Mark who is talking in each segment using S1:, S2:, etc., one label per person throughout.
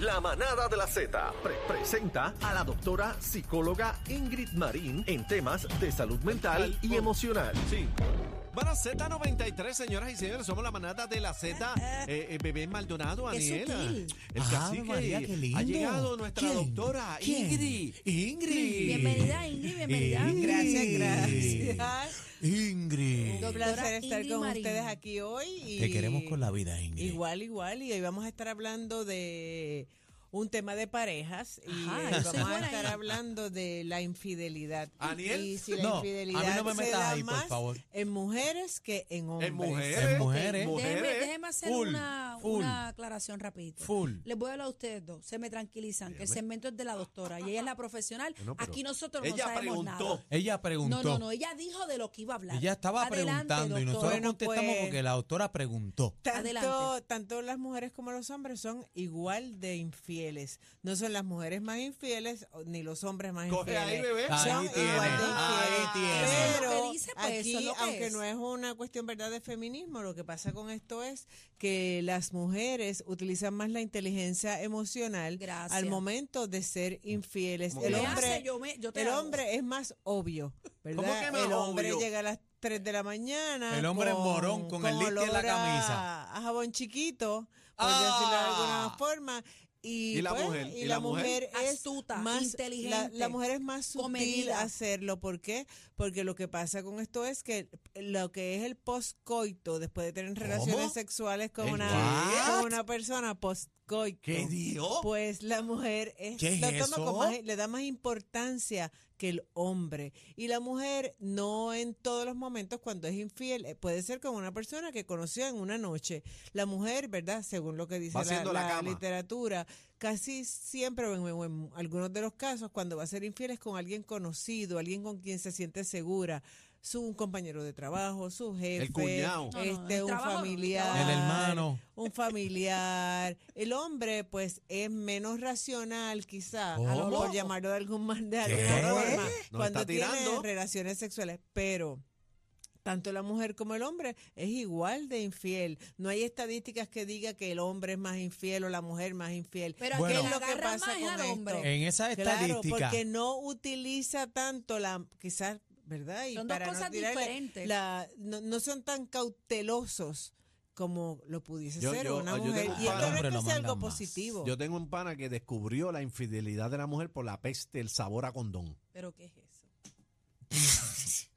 S1: La manada de la Z pre- presenta a la doctora psicóloga Ingrid Marín en temas de salud mental y emocional.
S2: Sí. Bueno, Z93, señoras y señores, somos la manada de la Z, eh, eh, Bebé Maldonado,
S3: Qué
S2: Aniela,
S3: sutil.
S2: el
S4: Ave
S2: cacique,
S4: Ah, María, qué lindo.
S2: ha llegado nuestra
S4: ¿Quién?
S2: doctora
S4: ¿Quién?
S2: Ingrid.
S4: Ingrid.
S3: Bienvenida, Ingrid, bienvenida.
S4: Ingrid.
S5: Gracias, gracias.
S4: Ingrid.
S5: Un
S3: Doctora
S5: placer estar
S3: Ingrid
S5: con
S3: Marín.
S5: ustedes aquí hoy. y-
S4: Te queremos con la vida, Ingrid.
S5: Igual, igual. Y hoy vamos a estar hablando de un tema de parejas. Y
S3: Ajá,
S5: eh,
S3: yo soy
S5: vamos a
S3: buena
S5: estar
S3: ahí.
S5: hablando de la infidelidad.
S2: ¿Aniel?
S5: Y si la
S4: No, a mí
S5: infidelidad
S4: no me
S5: se
S4: metas
S5: da
S4: ahí, por
S5: más
S4: favor.
S5: en mujeres que en hombres.
S2: En mujeres.
S4: En mujeres.
S3: Déjeme,
S2: mujeres,
S3: déjeme hacer
S2: full,
S3: una,
S2: full.
S3: una aclaración rapidito.
S4: Full.
S3: Les voy a hablar a ustedes dos. Se me tranquilizan que el segmento es de la doctora y ella es la profesional.
S2: Bueno, pero
S3: Aquí nosotros no
S2: Ella
S3: sabemos
S2: preguntó.
S3: nada.
S4: Ella preguntó.
S3: No, no, no. Ella dijo de lo que iba a hablar.
S4: Ella estaba
S3: Adelante,
S4: preguntando y nosotros
S3: doctora.
S5: Bueno,
S4: contestamos
S5: pues.
S4: porque la doctora preguntó.
S3: Adelante.
S5: Tanto, tanto las mujeres como los hombres son igual de infieles. No son las mujeres más infieles o- ni los hombres más
S2: Coge
S5: infieles.
S2: ahí, bebé.
S4: Ahí
S5: Son
S4: tiene,
S5: igual de
S4: ahí
S5: infieles.
S4: tiene.
S3: Eso es lo
S5: Pero
S3: que dice, pues,
S5: aquí,
S3: eso es lo que
S5: aunque
S3: es.
S5: no es una cuestión verdad de feminismo, lo que pasa con esto es que las mujeres utilizan más la inteligencia emocional
S3: Gracias.
S5: al momento de ser infieles.
S2: ¿Cómo
S5: El
S2: que?
S3: Me
S5: hombre,
S3: hace, yo me- yo te
S5: el
S3: hago.
S5: hombre es más obvio, ¿verdad?
S2: que más
S5: el hombre
S2: obvio?
S5: llega a las 3 de la mañana.
S4: El hombre es morón, con el listo en la
S5: olor a-
S4: camisa.
S5: A jabón chiquito, por
S4: Ah.
S5: decirlo de alguna forma. Y,
S2: ¿Y la
S5: pues,
S2: mujer?
S5: y la mujer es
S3: Astuta,
S5: más
S3: inteligente,
S5: La, la mujer es más sutil
S3: comedida.
S5: a hacerlo. ¿Por qué? Porque lo que pasa con esto es que lo que es el postcoito, después de tener relaciones sexuales con
S2: ¿El
S5: una,
S2: what?
S5: con una persona, postcoito.
S2: ¿Qué dio?
S5: Pues la mujer es,
S4: ¿Qué es
S5: lo toma
S4: eso?
S5: con más- le da más importancia que el hombre. Y la mujer no en todos los momentos cuando es infiel. eh, Puede ser con una persona que conoció en una noche. La mujer, ¿verdad? Según lo que dice
S2: Va
S5: la,
S2: haciendo la
S5: la
S2: cama.
S5: literatura, casi siempre, o en, o en algunos de los casos, cuando va a ser infiel es con alguien conocido, alguien con quien se siente segura. Su un compañero de trabajo, su jefe,
S2: cuñado.
S3: No, no,
S5: este,
S3: el
S5: un
S3: trabajo no, el
S5: familiar,
S3: trabajo.
S4: El hermano.
S5: un familiar. El hombre, pues, es menos racional, quizá, a lo-
S4: ¿Cómo?
S5: por llamarlo de algún man- de
S4: ¿Qué?
S5: alguna forma,
S2: Nos
S5: cuando
S2: está
S5: tiene
S2: tirando.
S5: relaciones sexuales. Pero tanto la mujer como el hombre es igual de infiel. No hay estadísticas que diga que el hombre es más infiel o la mujer más infiel.
S3: Pero
S4: Bueno.
S3: aquí
S4: ¿Qué
S3: le
S4: es
S5: lo que
S3: agarran
S5: pasa
S3: más
S5: con
S3: al
S5: esto?
S3: hombre.
S4: En esa
S5: Claro,
S4: estadística.
S5: porque no utiliza tanto la, quizás, ¿verdad? Y
S3: Son dos
S5: para no
S3: cosas
S5: tirarle
S3: diferentes.
S5: la- no, no son tan cautelosos como lo pudiese
S2: Yo-
S5: ser
S2: yo-
S5: una
S2: yo
S5: mujer.
S2: tengo un
S5: Y esto
S2: pana-
S5: no es
S4: Hombre,
S5: que
S4: lo
S5: sea algo
S4: mandan más.
S5: positivo.
S2: Yo tengo un pana que descubrió la infidelidad de la mujer por la peste, el sabor a condón.
S3: Pero ¿qué es eso?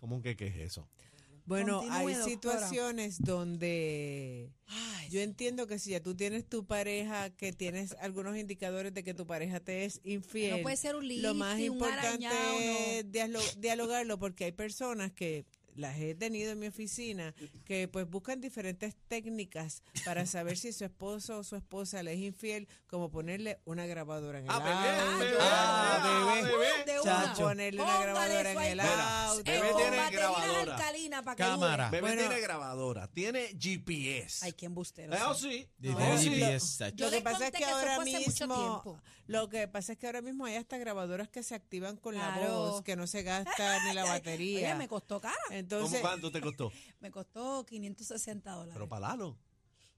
S2: ¿Cómo que qué es eso?
S5: Bueno,
S3: Continúe,
S5: hay
S3: doctora.
S5: situaciones donde yo entiendo que si ya tú tienes tu pareja, que tienes algunos indicadores de que tu pareja te es
S4: Eh,
S5: infiel.
S3: No puede ser un
S5: lo más
S3: lifting, un
S5: importante
S3: arañado, no.
S5: es dialo- dialogarlo porque hay personas que las he tenido en mi oficina que pues buscan diferentes técnicas para saber si su esposo o su esposa le es infiel, como ponerle una grabadora en el
S2: Ah,
S5: auto,
S2: bebé,
S4: ah,
S2: bebé,
S4: bebé.
S2: bebé.
S3: De una.
S4: Chacho.
S5: ponerle una
S3: Póngale
S5: grabadora en
S3: eso ahí.
S5: el
S2: Mira,
S5: auto.
S2: bebé
S3: Eh, con
S2: tiene
S3: baterías
S2: grabadora.
S3: alcalina para que
S4: Cámara.
S3: dure.
S2: Bebé
S5: Bueno.
S2: tiene grabadora, tiene GPS.
S3: Ay, qué embustero.
S2: Ah,
S3: soy.
S2: sí.
S4: Tiene
S2: Ah, sí.
S4: GPS, chacho.
S3: Yo
S5: lo que
S3: les
S5: pasa
S3: conté
S5: es que,
S3: que eso
S5: ahora
S3: fue hace mucho
S5: mismo
S3: tiempo.
S5: lo que pasa es que ahora mismo hay hasta grabadoras que se activan con la
S3: Claro.
S5: voz que no se gasta ni la
S3: Oye,
S5: batería
S3: me costó cara.
S2: ¿Cómo
S5: entonces
S2: cuánto te costó?
S3: Me costó 560 dólares.
S2: Pero palalo.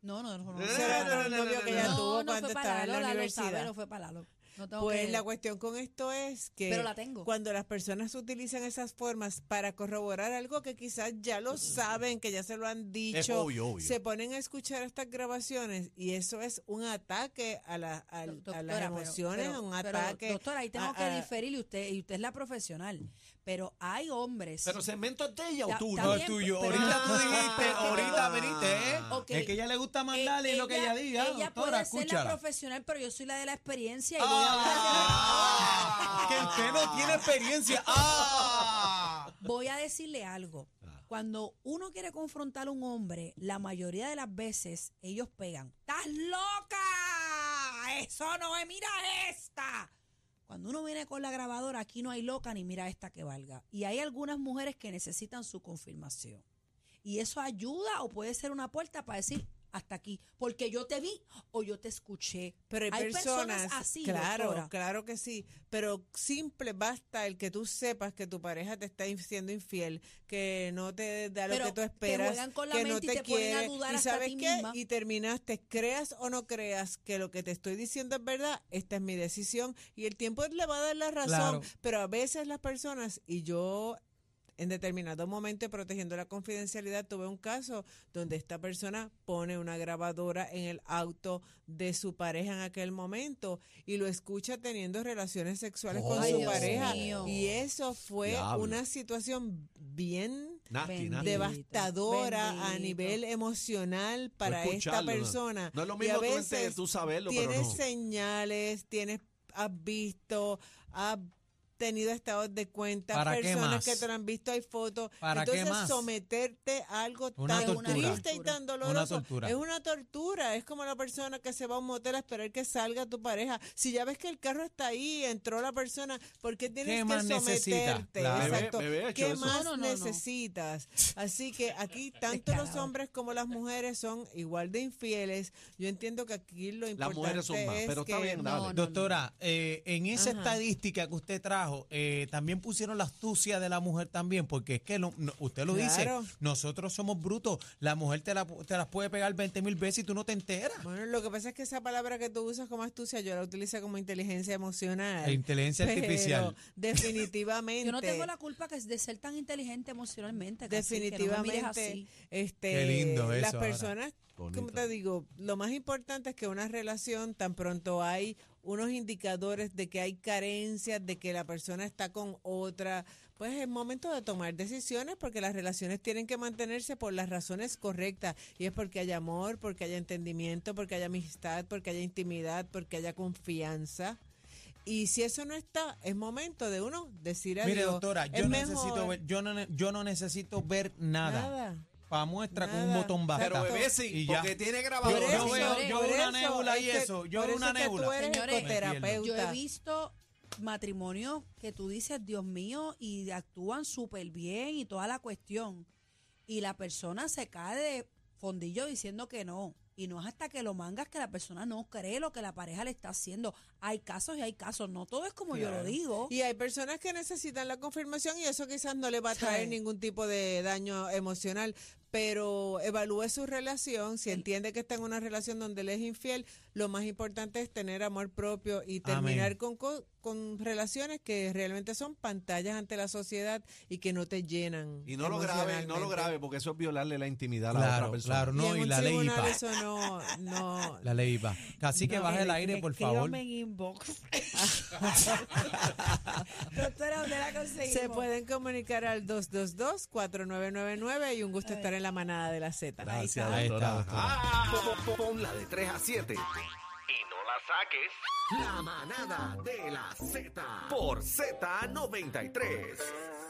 S3: No, no, no. No,
S2: Eh,
S5: se
S3: no,
S2: no,
S3: no,
S5: la ganó el
S2: no,
S5: novio
S2: no,
S5: que
S2: no,
S5: ella
S2: no.
S5: tuvo
S3: no
S5: cuando
S3: fue
S5: estaba
S3: para
S5: en la
S3: Lola, lo sabe,
S5: universidad
S3: no fue para Lalo. No tengo
S5: pues
S3: que-
S5: la cuestión con esto es que
S3: Pero la tengo.
S5: cuando las personas utilizan esas formas para corroborar algo que quizás ya lo saben, que ya se lo han dicho,
S2: Es obvio, obvio.
S5: se ponen a escuchar estas grabaciones y eso es un ataque a, la- al-
S3: Doctora,
S5: a las
S3: pero-
S5: emociones,
S3: pero-
S5: un
S3: pero,
S5: ataque.
S3: doctora, ahí tengo
S5: a-
S3: que
S5: a-
S3: diferir y usted, y usted es la profesional. Pero hay hombres.
S2: Pero segmento es de ella o
S3: Ta-
S2: tuyo.
S4: No
S3: también-
S4: es tuyo.
S3: pero-
S4: Ahorita tú dijiste,
S2: Ah.
S4: ahorita veniste, ¿eh?
S3: Ok.
S4: Es que ella le gusta
S3: Eh,
S4: mandarle lo que ella diga.
S3: Ella
S4: doctora,
S3: puede ser la
S4: escúchala.
S3: profesional, pero yo soy la de la experiencia y voy a hablar.
S4: Ah, que usted no tiene experiencia. Ah.
S3: Voy a decirle algo. Cuando uno quiere confrontar a un hombre, la mayoría de las veces ellos pegan. ¡Estás loca! ¡Eso no es! ¡Mira esta! Cuando uno viene con la grabadora, aquí no hay loca ni mira esta que valga. Y hay algunas mujeres que necesitan su confirmación. Y eso ayuda o puede ser una puerta para decir hasta aquí, porque yo te vi o yo te escuché.
S5: Pero hay,
S3: Hay
S5: personas,
S3: personas así,
S5: claro,
S3: doctora.
S5: claro que sí, pero simple basta el que tú sepas que tu pareja te está in- siendo infiel, que no te da lo
S3: Pero
S5: que tú
S3: te
S5: esperas,
S3: juegan con la
S5: que no
S3: mente y
S5: te,
S3: te ponen a
S5: quiere,
S3: dudar
S5: y
S3: hasta a
S5: sabes
S3: ti
S5: qué,
S3: misma.
S5: y terminaste, creas o no creas que lo que te estoy diciendo es verdad, esta es mi decisión y el tiempo le va a dar la razón,
S4: Claro.
S5: pero a veces las personas y yo en determinado momento, y protegiendo la confidencialidad, tuve un caso donde esta persona pone una grabadora en el auto de su pareja en aquel momento y lo escucha teniendo relaciones sexuales con
S3: Ay,
S5: su
S3: Dios
S5: pareja.
S3: mío.
S5: Y eso fue
S2: Diablo.
S5: una situación bien
S2: Nasty,
S3: Bendito.
S2: nasty.
S5: devastadora a
S3: bendito.
S5: nivel emocional para esta
S2: escucharlo, no.
S5: persona.
S2: No es lo
S5: Y
S2: mismo
S5: a
S2: tú ente-
S5: veces
S2: tú saberlo, pero
S5: tienes
S2: no.
S5: señales, tienes, has visto, has tenido estados de cuenta,
S4: ¿Para qué
S5: personas
S4: más?
S5: que te lo han visto, hay fotos.
S4: ¿Para qué
S5: Entonces
S4: más?
S5: someterte a algo
S4: Una
S5: tan
S4: tortura.
S5: triste y tan doloroso
S4: Una tortura.
S5: es una tortura. Es como la persona que se va a un motel a esperar que salga tu pareja. Si ya ves que el carro está ahí, entró la persona, ¿por qué tienes
S4: ¿Qué
S5: que
S4: más necesita?
S5: someterte?
S4: Claro.
S2: Bebé,
S5: Exacto.
S2: bebé, hecho
S5: ¿Qué
S2: eso.
S3: No,
S5: más
S3: no, no, no.
S5: necesitas? Así que aquí tanto los
S3: Descarado.
S5: hombres como las mujeres son igual de infieles. Yo entiendo que aquí lo
S2: Las
S5: importante
S2: mujeres son más,
S5: es
S2: pero está
S5: que-
S2: bien, dale.
S3: no, no.
S4: Doctora, eh, en esa
S5: Ajá.
S4: estadística que usted trajo, eh, también pusieron la astucia de la mujer también, porque es que lo- no- usted lo
S5: Claro.
S4: dice, nosotros somos brutos, la mujer te, la, pu- te las puede pegar 20 mil veces y tú no te enteras.
S5: Bueno, lo que pasa es que esa palabra que tú usas como astucia, yo la utilizo como inteligencia emocional.
S4: E inteligencia
S5: Pero
S4: artificial.
S5: Definitivamente.
S3: Yo no tengo la culpa que es de ser tan inteligente emocionalmente. cacique, no me mires
S5: Definitivamente,
S3: así.
S5: este,
S4: Qué lindo eso
S5: las
S4: ahora.
S5: personas, como
S2: Bonito.
S5: te digo, lo más importante es que una relación tan pronto hay unos indicadores de que hay carencias, de que la persona está con otra, pues es momento de tomar decisiones porque las relaciones tienen que mantenerse por las razones correctas y es porque hay amor, porque hay entendimiento, porque hay amistad, porque hay intimidad, porque haya confianza. Y si eso no está, es momento de uno decir adiós.
S4: Mire, doctora,
S5: Es
S4: yo necesito
S5: mejor
S4: ver, yo no, ne- yo no necesito ver nada.
S5: nada.
S4: Para muestra con un
S5: Nada.
S4: botón basta.
S2: Pero
S5: Exacto.
S2: bebé sí,
S4: Y ya.
S2: porque tiene
S4: Yo,
S2: grabadora.
S5: Por
S4: yo
S5: eso,
S4: veo, yo
S5: por
S4: veo una
S5: eso,
S4: nebula y
S5: es que-
S4: eso. Yo
S5: por eso
S4: veo una
S5: es que tú
S4: nebula.
S5: eres
S4: Me pierdo.
S5: psicoterapeuta.
S3: Yo he
S5: Puta.
S3: visto matrimonios que tú dices, Dios mío, y actúan súper bien y toda la cuestión. Y la persona se cae de fondillo diciendo que no. Y no es hasta que lo mangas que la persona no cree lo que la pareja le está haciendo. Hay casos y hay casos. No todo es como yo lo
S5: Claro.
S3: digo.
S5: Y hay personas que necesitan la confirmación y eso quizás no le va a traer
S3: Sí.
S5: ningún tipo de daño emocional, pero evalúe su relación, si entiende que está en una relación donde él es infiel, lo más importante es tener amor propio y terminar
S4: Amén.
S5: con, co- con relaciones que realmente son pantallas ante la sociedad y que no te llenan.
S2: Y no lo grabe, no lo
S5: emocionalmente.
S2: grabe, porque eso es violarle la intimidad a la
S4: Claro,
S2: otra persona.
S4: claro,
S5: Y
S4: no,
S5: en
S4: y
S5: un
S4: la ley
S5: tribunal
S4: IPA.
S5: eso no, no,
S4: La ley IPA. Así que
S3: No,
S4: baje el
S3: me-
S4: aire,
S3: me
S4: por favor.
S3: escríbame en inbox. Doctora, ¿dónde la conseguimos?
S5: Se pueden comunicar al 222-4999 y un gusto estar en la manada de la Z.
S4: Gracias,
S2: Ahí está,
S4: doctora.
S2: doctora.
S1: Pon- pon- Ponla de 3 a 7. Y no la saques. La manada de la Z. Por Z93.